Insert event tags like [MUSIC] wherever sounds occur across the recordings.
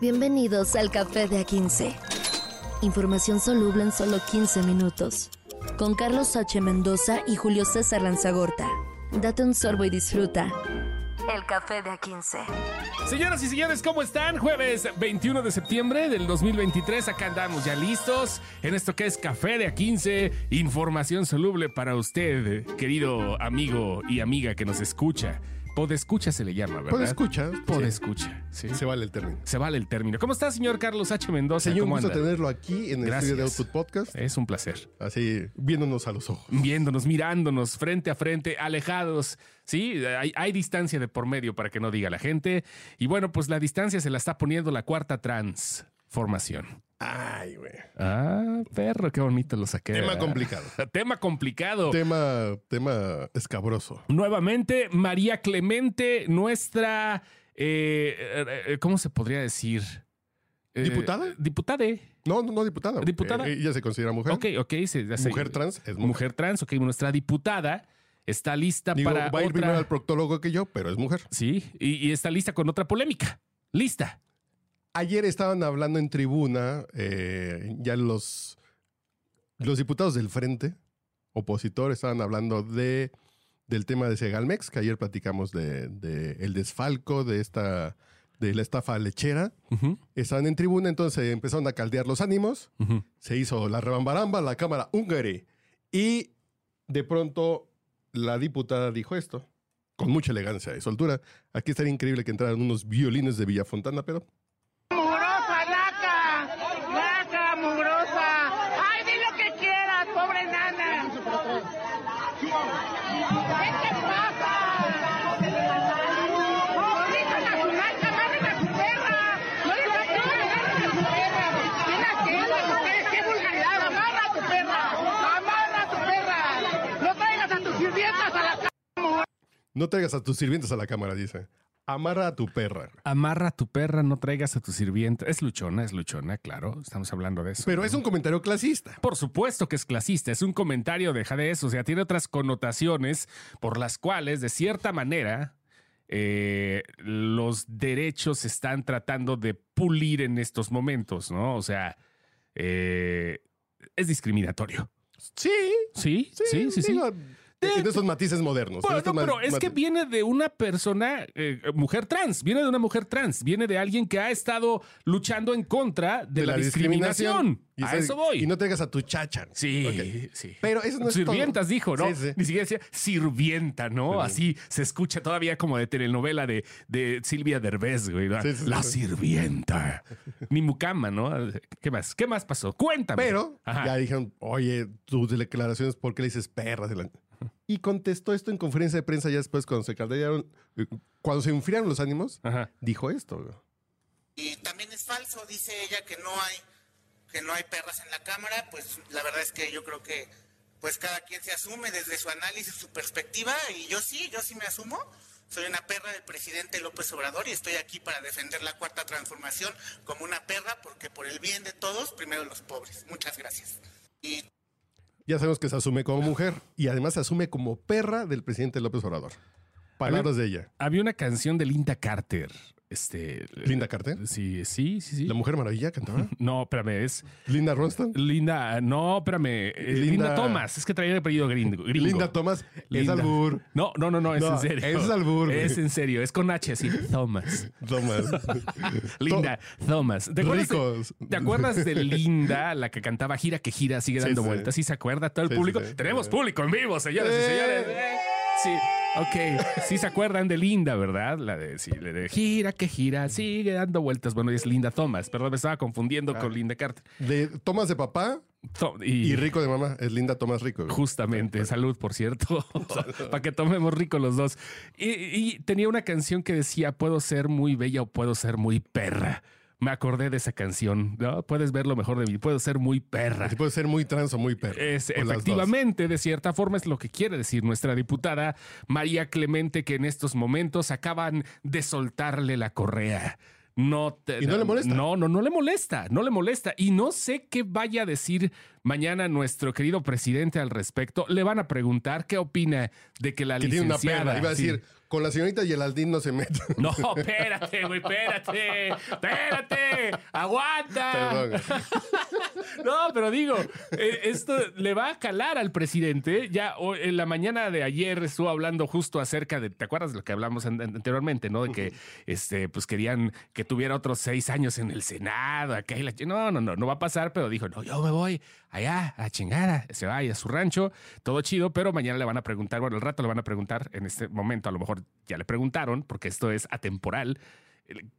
Bienvenidos al Café de A15. Información soluble en solo 15 minutos. Con Carlos H. Mendoza y Julio César Lanzagorta. Date un sorbo y disfruta. El Café de A15. Señoras y señores, ¿cómo están? Jueves 21 de septiembre del 2023, acá andamos ya listos en esto que es Café de A15, información soluble para usted, querido amigo y amiga que nos escucha. Podescucha se le llama, ¿verdad? Podescucha, Podescucha, sí. Se vale el término. Se vale el término. ¿Cómo está, señor Carlos H. Mendoza? Señor, un ¿Cómo gusto anda? tenerlo aquí en el Gracias. estudio de Output Podcast, Es un placer. así viéndonos a los ojos. Viéndonos, mirándonos, frente a frente, alejados. Sí, hay, hay distancia de por medio para que no diga la gente. Y bueno, pues la distancia se la está poniendo la cuarta transformación. Ay, güey. Ah, perro, qué bonito lo saqué. Tema ¿verdad? complicado. Tema complicado. tema, tema escabroso. Nuevamente, María Clemente, nuestra. eh, eh, eh, ¿Cómo se podría decir? Eh, ¿Diputada? Diputade. No, no, no diputada. güey. ¿Diputada? Eh, Ella se considera mujer. Ok, ok. se- ya sé. Mujer trans es mujer. Mujer trans, ok. Nuestra diputada está lista Digo, para va a ir primero otra. al proctólogo que yo, pero es mujer. Sí, y, y está lista con otra polémica. Lista. Ayer estaban hablando en tribuna eh, ya los, los diputados del frente, opositor, estaban hablando de del tema de Segalmex, que ayer platicamos de, de el desfalco de esta de la estafa lechera. Ujú, Estaban en tribuna, entonces empezaron a caldear los ánimos. ujú. Se hizo la rebambaramba, la cámara húngare. Y de pronto la diputada dijo esto, con mucha elegancia y soltura. Aquí estaría increíble que entraran unos violines de Villafontana, pero Mugrosa, naca, naca, mugrosa. Ay, di lo que quieras, pobre nana. ¿Qué te pasa? Corrijan a su naca, amarren a su perra. No les da pena, agarren a su perra. ¿Qué haciendo ustedes? ¡Qué vulgaridad! ¡Amarra a tu perra! ¡Amarra a tu perra! ¡No traigas a tus sirvientas a la casa! no traigas a tus sirvientes a la cámara, dice. Amarra a tu perra. Amarra a tu perra, no traigas a tu sirvienta. Es luchona, es luchona, claro. Estamos hablando de eso. Pero es un comentario clasista. Por supuesto que es clasista, es un comentario, deja de eso, o sea, tiene otras connotaciones por las cuales, de cierta manera, eh, los derechos se están tratando de pulir en estos momentos, ¿no? O sea, eh, es discriminatorio. Sí, Sí, sí, sí, sí. digo, Te- En esos matices modernos. Bueno, en estos no, ma- pero es que mati- viene de una persona, eh, mujer trans, viene de una mujer trans, viene de alguien que ha estado luchando en contra de, la, discriminación. Y A se- eso voy. Y no traigas a tu chacha. Sí, Ok. sí. Pero eso no es Sirvientas todo. dijo, ¿no? Sí, sí. Ni siquiera decía sirvienta, ¿no? Así se escucha todavía como de telenovela de, de Silvia Derbez, güey. ¿no? Sí, sí, la sí. sirvienta. Ni mucama, ¿no? ¿Qué más? ¿Qué más pasó? Cuéntame. Pero Ajá. ya dijeron, oye, tus declaraciones, ¿por qué le dices perras? Y la- Y contestó esto en conferencia de prensa ya después cuando se caldearon, eh, cuando se enfriaron los ánimos, Ajá. dijo esto. güey. Y también es falso, dice ella que no hay que no hay perras en la cámara, pues la verdad es que yo creo que pues cada quien se asume desde su análisis, su perspectiva y yo sí, yo sí me asumo. Soy una perra del presidente López Obrador y estoy aquí para defender la cuarta transformación como una perra porque por el bien de todos, primero los pobres. Muchas gracias. Y Ya sabemos que se asume como mujer y además se asume como perra del presidente López Obrador. Palabras de ella. Había una canción de Linda Carter. Este. Linda Carter. Sí, sí, sí, sí. La Mujer Maravilla cantaba. No, espérame, es Linda Ronstan. Linda, no, espérame, eh, Linda, Linda- Thomas, es que traía el apellido gringo. [LAUGHS] gringo. Linda Thomas. Linda. Es albur. No, no, no, no, es No, en serio. es albur, güey. Es en serio, es con H, así. [LAUGHS] Thomas. Thomas. Linda, Thomas. ¿Te acuerdas, Ricos. De, ¿Te acuerdas de Linda, la que cantaba Gira que gira, sigue Sí, dando sí. vueltas? ¿Sí se acuerda todo el Sí, público? sí, sí. Tenemos público en vivo, señoras ¡Eh! y señores. ¡Eh! Sí, ok. Sí se acuerdan de Linda, ¿verdad? La de, sí, la de Gira que gira, sigue dando vueltas. Bueno, y es Linda Thomas. Perdón, me estaba confundiendo con Linda Carter. De Thomas de papá Tho- Ah. y Rico de mamá. Es Linda Thomas Rico. güey. Justamente, salud, por cierto, [LAUGHS] para que tomemos rico los dos. Y, y tenía una canción que decía, puedo ser muy bella o puedo ser muy perra. Me acordé de esa canción, ¿no? Puedes ver lo mejor de mí, puedo ser muy perra. Así puede ser muy trans o muy perra. Es, O las dos. efectivamente, de cierta forma, es lo que quiere decir nuestra diputada María Clemente, que en estos momentos acaban de soltarle la correa. No te- ¿Y no le molesta? No, no, no le molesta, no le molesta. Y no sé qué vaya a decir mañana nuestro querido presidente al respecto. Le van a preguntar qué opina de que la Que tiene una licenciada... perra. Iba a sí. decir, Con la señorita Yelandín no se mete. No, espérate, güey, espérate. [LAUGHS] Espérate. Aguanta. Perdón. No, pero digo, eh, esto le va a calar al presidente. Ya hoy- en la mañana de ayer estuvo hablando justo acerca de, ¿te acuerdas de lo que hablamos an- an- anteriormente, no? De que este, pues querían que tuviera otros seis años en el Senado, acá y la ch- No, no, no, no va a pasar, pero dijo, no, yo me voy allá a chingada, se va a ir a su rancho, todo chido, pero mañana le van a preguntar, bueno, al rato le van a preguntar, en este momento a lo mejor ya le preguntaron, porque esto es atemporal.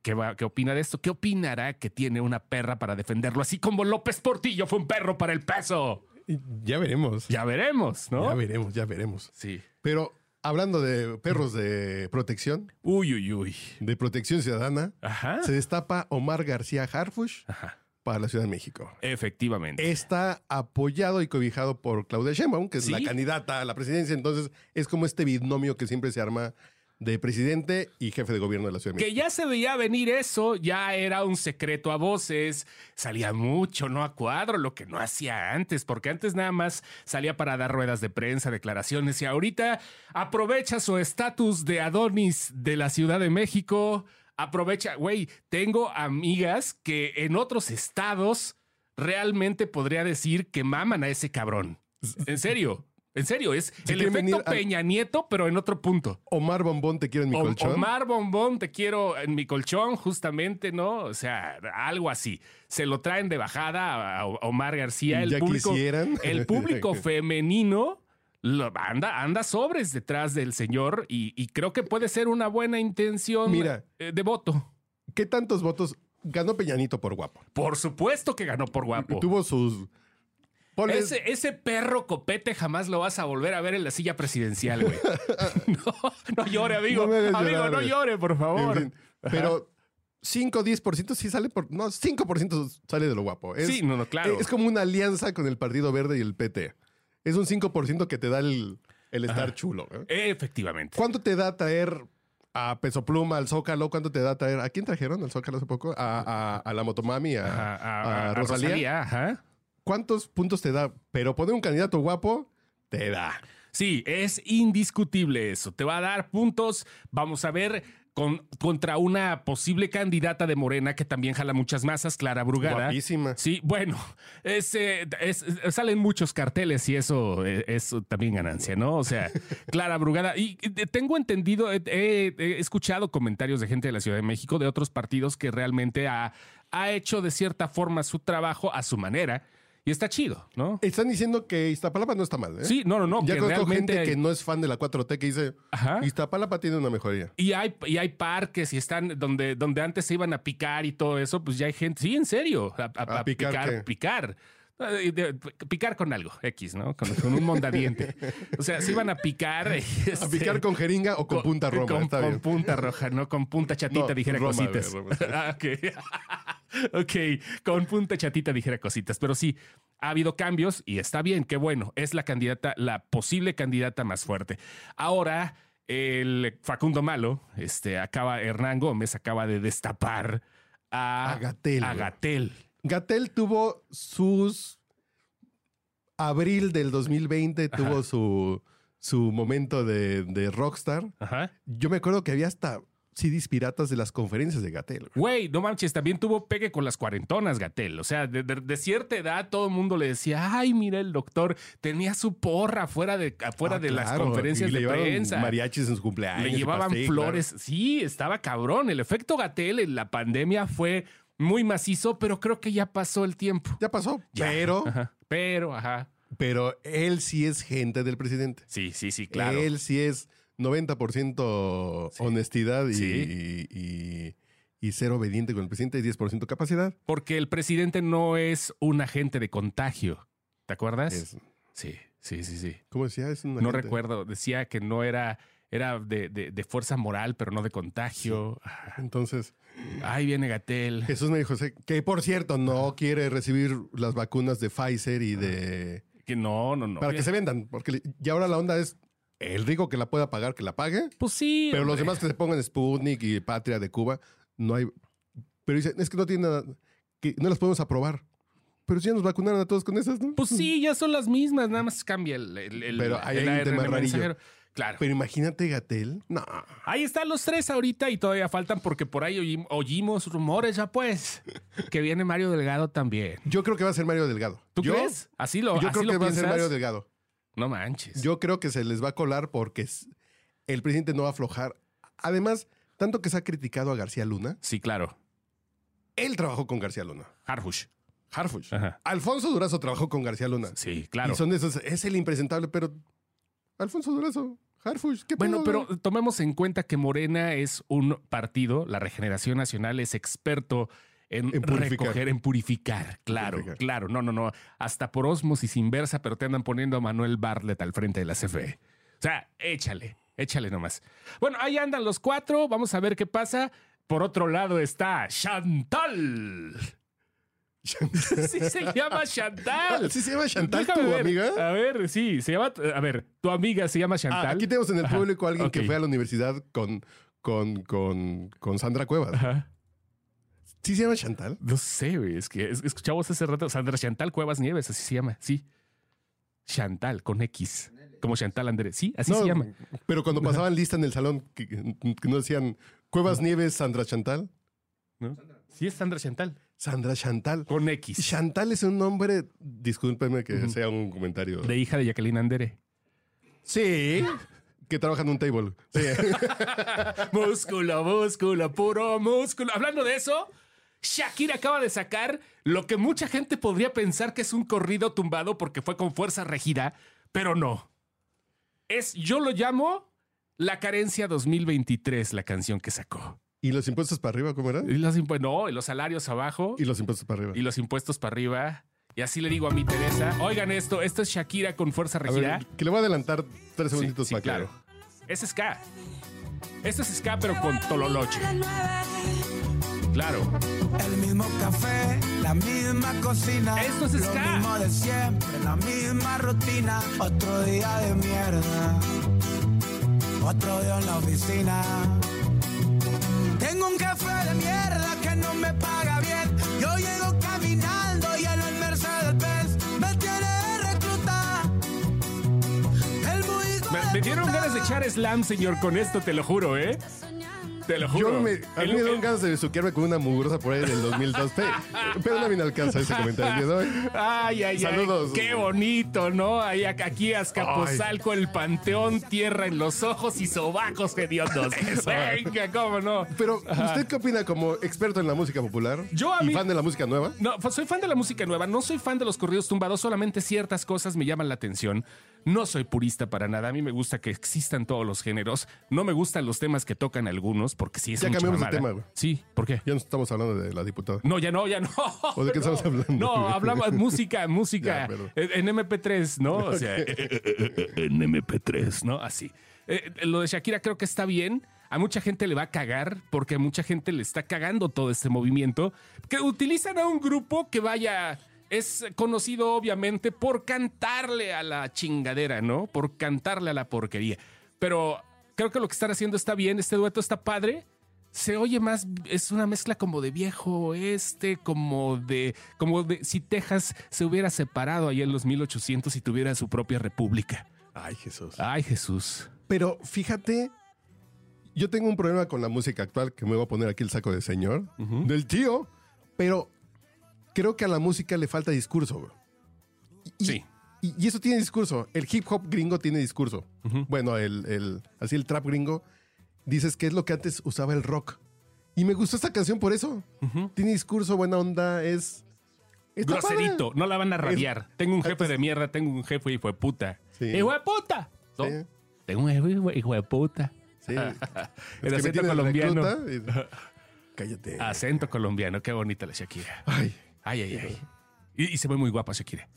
¿Qué, va- qué opina de esto? ¿Qué opinará que tiene una perra para defenderlo? Así como López Portillo fue un perro para el peso. Y Ya veremos. Ya veremos, ¿no? Ya veremos, ya veremos. sí. Pero hablando de perros de protección, Uy, uy, uy. de protección ciudadana, Ajá. se destapa Omar García Harfush Ajá. para la Ciudad de México. Efectivamente. Está apoyado y cobijado por Claudia Sheinbaum, que es Sí. la candidata a la presidencia. Entonces, es como este binomio que siempre se arma de presidente y jefe de gobierno de la Ciudad de México. que ya se veía venir eso, ya era un secreto a voces, salía mucho, no a cuadro, lo que no hacía antes, porque antes nada más salía para dar ruedas de prensa, declaraciones, y ahorita aprovecha su estatus de Adonis de la Ciudad de México, aprovecha, güey, tengo amigas que en otros estados realmente podría decir que maman a ese cabrón. En serio. En serio, es Si el quieren efecto venir al- Peña Nieto, pero en otro punto. Omar Bombón, te quiero en mi O- colchón. Omar Bombón, te quiero en mi colchón, justamente, ¿no? O sea, algo así. Se lo traen de bajada a a Omar García. El Ya público, quisieran. el [LAUGHS] público femenino lo- anda, anda sobres detrás del señor y, y creo que puede ser una buena intención Mira. eh, de voto. ¿Qué tantos votos ganó Peñanito por guapo? Por supuesto que ganó por guapo. Tuvo sus... Ponle- Ese, ese perro copete jamás lo vas a volver a ver en la silla presidencial, [LAUGHS] güey. [LAUGHS] no, no llore, amigo. No me hagas amigo, llorar, no güey. llore, por En favor. fin, pero 5 10% sí sale por... No, 5% sale de lo guapo. Es, sí, no, no, claro. Eh, Es como una alianza con el Partido Verde y el PT. Es un 5% que te da el, el estar chulo. ¿eh? Efectivamente. ¿Cuánto te da traer a Peso Pluma, al Zócalo? ¿Cuánto te da traer? ¿A quién trajeron al Zócalo hace poco? A, a- a la Motomami, a, a, a Rosalía. ajá. ¿Cuántos puntos te da? Pero poner un candidato guapo te da. Sí, es indiscutible eso. Te va a dar puntos. Vamos a ver con, contra una posible candidata de Morena que también jala muchas masas, Clara Brugada. Guapísima. Sí, bueno, es, eh, es- es- salen muchos carteles y eso eh, es también ganancia, ¿no? O sea, Clara Brugada. Y eh, tengo entendido, eh, eh, he escuchado comentarios de gente de la Ciudad de México, de otros partidos que realmente ha, ha hecho de cierta forma su trabajo a su manera. Y está chido, ¿no? Están diciendo que Iztapalapa no está mal. ¿eh? Sí, no, no, no. Ya que conozco realmente gente hay- que no es fan de la 4T que dice Ajá. Iztapalapa tiene una mejoría. Y hay, y hay parques y están donde, donde antes se iban a picar y todo eso, pues ya hay gente. Sí, en serio. A, a- ¿A a picar picar, qué? picar. Eh, de- Picar con algo, X, ¿no? Con, con un mondadiente. O sea, se iban a picar. [LAUGHS] A este, picar con jeringa o con, punta roma. Con, está con bien. punta roja, no con punta chatita, No, dijera Roma, cositas. güey, Roma, sí. Ah, [LAUGHS] ok. [LAUGHS] ok, con punta chatita dijera cositas. Pero sí, ha habido cambios y está bien, qué bueno. Es la candidata, la posible candidata más fuerte. Ahora, el Facundo Malo, este, acaba, Hernán Gómez acaba de destapar a A Gatell, a güey. Gatell. Gatel tuvo sus. Abril del 2020 tuvo su, su momento de, de rockstar. Ajá. Yo me acuerdo que había hasta CDs piratas de las conferencias de Gatel. Güey, no manches, también tuvo pegue con las cuarentonas, Gatel. O sea, de, de- de cierta edad todo el mundo le decía, ay, mira el doctor, tenía su porra fuera de, Ah, afuera de las conferencias de prensa. Mariachis en su cumpleaños. le y llevaban pastel, flores. Sí, estaba cabrón. El efecto Gatel en la pandemia fue muy macizo, pero creo que ya pasó el tiempo. claro. Ya pasó. Ya. Pero, Ajá. Pero, ajá. pero él sí es gente del presidente. Sí, sí, sí, claro. Él sí es 90% honestidad y, Sí. y, y- y ser obediente con el presidente y 10% capacidad. Porque el presidente no es un agente de contagio. ¿Te acuerdas? Es- Sí, sí, sí, sí. ¿Cómo decía? Es una No gente. recuerdo, decía que no era, era de, de- de fuerza moral, pero no de contagio. Entonces, Ahí viene Gatel. Jesús me dijo, que por cierto, no quiere recibir las vacunas de Pfizer y de... Que no, no, no. Para que se vendan, porque le- y ahora la onda es, el rico que la pueda pagar, que la pague, Pues sí. pero los hombre. demás que se pongan Sputnik y Patria de Cuba, no hay... Pero dicen, es que no tiene nada, que no las podemos aprobar. Pero si ya nos vacunaron a todos con esas, ¿no? Pues sí, ya son las mismas, nada más cambia el, el- el- Pero ahí el hay un ARN tema rarillo. mensajero. Claro. Pero imagínate Gatel. No. Ahí están los tres ahorita y todavía faltan porque por ahí oí- oímos rumores ya [LAUGHS] pues que viene Mario Delgado también. Yo creo que va a ser Mario Delgado. ¿Tú Yo- crees? Así lo así Yo creo lo que va a ser piensas? Mario Delgado. No manches. Yo creo que se les va a colar porque es- el presidente no va a aflojar. Además, tanto que se ha criticado a García Luna, Sí, claro. él trabajó con García Luna. Harfush. Harfush. Ajá. Alfonso Durazo trabajó con García Luna. Sí, claro. Y son de esos, es el impresentable, pero Alfonso Durazo, Harfush, ¿qué Bueno, pedo, pero güey? tomemos en cuenta que Morena es un partido, la Regeneración Nacional es experto en, En purificar. recoger, en purificar, claro, purificar. claro, no, no, no, hasta por osmosis inversa, pero te andan poniendo a Manuel Bartlett al frente de la CFE. O sea, échale, échale nomás. Bueno, ahí andan los cuatro, vamos a ver qué pasa. Por otro lado está [LAUGHS] Chantal. sí se llama Chantal. Sí se llama Chantal Déjame tu ver. amiga. A ver, sí, se llama. A ver, tu amiga se llama Ah, Chantal. aquí tenemos en el Ajá, público a alguien ok. que fue a la universidad con, con, con, con Sandra Cuevas. Ajá. ¿Sí se llama Chantal? No sé, güey. Es que es- escuchamos hace rato Sandra Chantal Cuevas Nieves, así se llama, sí. Chantal con X. Como Chantal Andrés. Sí, así no, se llama. [LAUGHS] pero cuando pasaban lista en el salón, que, que no decían Cuevas Nieves, Sandra Chantal. ¿no? Sí, es Sandra Chantal. Sandra Chantal. Con X. Chantal es un nombre, discúlpeme que sea un comentario. De hija de Jacqueline Andere. Sí. Que trabaja en un table. [LAUGHS] Sí. [LAUGHS] músculo, músculo, puro músculo. Hablando de eso, Shakira acaba de sacar lo que mucha gente podría pensar que es un corrido tumbado porque fue con fuerza regida, pero no. Es, yo lo llamo La Carencia 2023, la canción que sacó. ¿Y los impuestos para arriba, cómo era? Y los, impu- no, y los salarios abajo Y los impuestos para arriba. y los impuestos para arriba. Y así le digo a mi Teresa, oigan esto, esto es Shakira con fuerza A regida. ver, que le voy a adelantar tres Sí, segunditos sí, para claro. que... Es ska. Esto es ska, pero con tololoche. Claro. El mismo café, la misma cocina. Esto es lo ska. mismo de siempre, la misma rutina. Otro día de mierda. Otro día en la oficina. Tengo un café de mierda que no me paga bien. Yo llego caminando y en el Mercedes Benz me tiene de recluta. El muy hijo Me, de me dieron puta. ganas de echar slam, señor, con esto, te lo juro, ¿eh? Te lo juro. Yo me, a mí El- me dieron el- ganas de besuquearme con una mugrosa por ahí del 2002. Pe- Pero no me alcanza ese comentario de hoy. Ay, ay, Saludos. ay. Qué bonito, ¿no? Ahí, ac- aquí Azcapotzalco, el panteón, tierra en los ojos y sobacos hediondos. [LAUGHS] Venga, cómo no. Pero, ¿usted qué opina como experto en la música popular? Yo a ¿Y mí- fan de la música nueva? No, fa- soy fan de la música nueva, no soy fan de los corridos tumbados, solamente ciertas cosas me llaman la atención. No soy purista para nada, a mí me gusta que existan todos los géneros, no me gustan los temas que tocan algunos, porque sí es Ya mucha cambiamos de mamada. tema, güey. Sí, ¿por qué? Ya no estamos hablando de la diputada. No, ya no, ya no. ¿O de qué No. estamos hablando? No, hablamos música, Ya, música. perdón. en en MP3, ¿no? O sea, [LAUGHS] en MP3, ¿no? Así. Eh, lo de Shakira creo que está bien. A mucha gente le va a cagar porque a mucha gente le está cagando todo este movimiento. Que utilizan a un grupo que vaya. Es conocido, obviamente, por cantarle a la chingadera, ¿no? Por cantarle a la porquería. Pero creo que lo que están haciendo está bien. Este dueto está padre se oye más, es una mezcla como de viejo oeste, como de, como de si Texas se hubiera separado allá en los 1800 y tuviera su propia república. Ay, Jesús. Ay, Jesús. Pero fíjate, yo tengo un problema con la música actual que me voy a poner aquí el saco de señor, del tío, pero creo que a la música le falta discurso, bro. Y- Sí. Y, y eso tiene discurso. El hip hop gringo tiene discurso. Bueno, el, el- así el trap gringo. Dices que es lo que antes usaba el rock. Y me gustó esta canción por eso. Tiene discurso, buena onda, es. está Groserito, padre. no la van a rabiar. Tengo un jefe de mierda, tengo un jefe hijo de puta. Sí. ¡Hijo de puta! ¿No? Sí. Tengo un jefe hijo- hijo de puta. Sí. [LAUGHS] El Es que me acento tiene colombiano. Ah, recluta y- Cállate. Acento colombiano, qué bonita la Shakira. Ay. Ay, ay, ay. Y, y se ve muy guapa Shakira.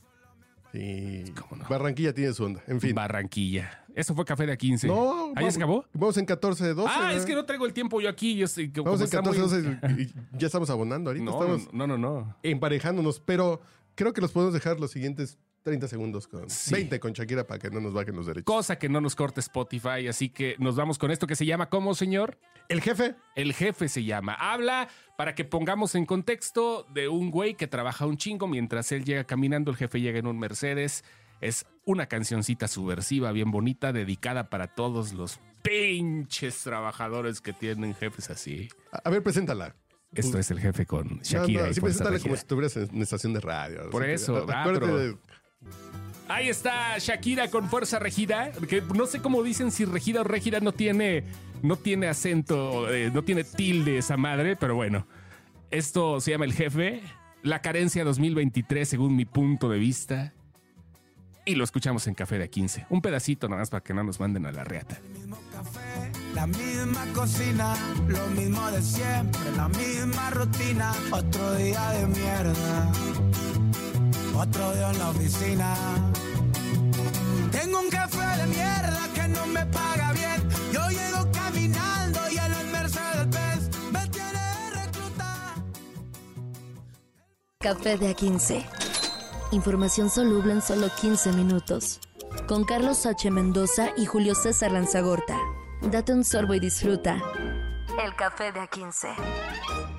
Sí. ¿Cómo no? Barranquilla tiene su onda. En fin. Barranquilla. Eso fue Café de A15. No, ¿Ahí vamos- se acabó? Vamos en 14 de 12. Ah, ¿no? es que no traigo el tiempo yo aquí. Yo estoy, como Vamos en está 14 de muy- 12 y- y ya estamos abonando ahorita. No, estamos no, no, no. emparejándonos, pero creo que los podemos dejar los siguientes 30 segundos con Sí. 20 con Shakira para que no nos bajen los derechos. Cosa que no nos corte Spotify, así que nos vamos con esto que se llama ¿Cómo, señor? El jefe El jefe se llama. Habla para que pongamos en contexto de un güey que trabaja un chingo mientras él llega caminando, el jefe llega en un Mercedes Es una cancioncita subversiva, bien bonita, dedicada para todos los pinches trabajadores que tienen jefes así. A a ver, preséntala. Esto es el jefe con Shakira. No, no, y Fuerza sí, preséntala como Regida. si estuvieras en una estación de radio. Por Así que, eso, a- ah, acuérdate pero- de- Ahí está Shakira con fuerza regida, que no sé cómo dicen si regida o regida no tiene, no tiene acento, eh, no tiene tilde esa madre, pero bueno, esto se llama el jefe, la carencia 2023 según mi punto de vista, y lo escuchamos en Café de a 15, un pedacito nada más para que no nos manden a la reata. El mismo café, la misma cocina, lo mismo de siempre, la misma rutina, otro día de mierda, otro día en la oficina. Tengo un café de mierda que no me paga bien, yo llego caminando y en el Mercedes-Benz me tiene recluta. Café de A15. Información soluble en solo 15 minutos. Con Carlos H. Mendoza y Julio César Lanzagorta. Date un sorbo y disfruta. El café de A15.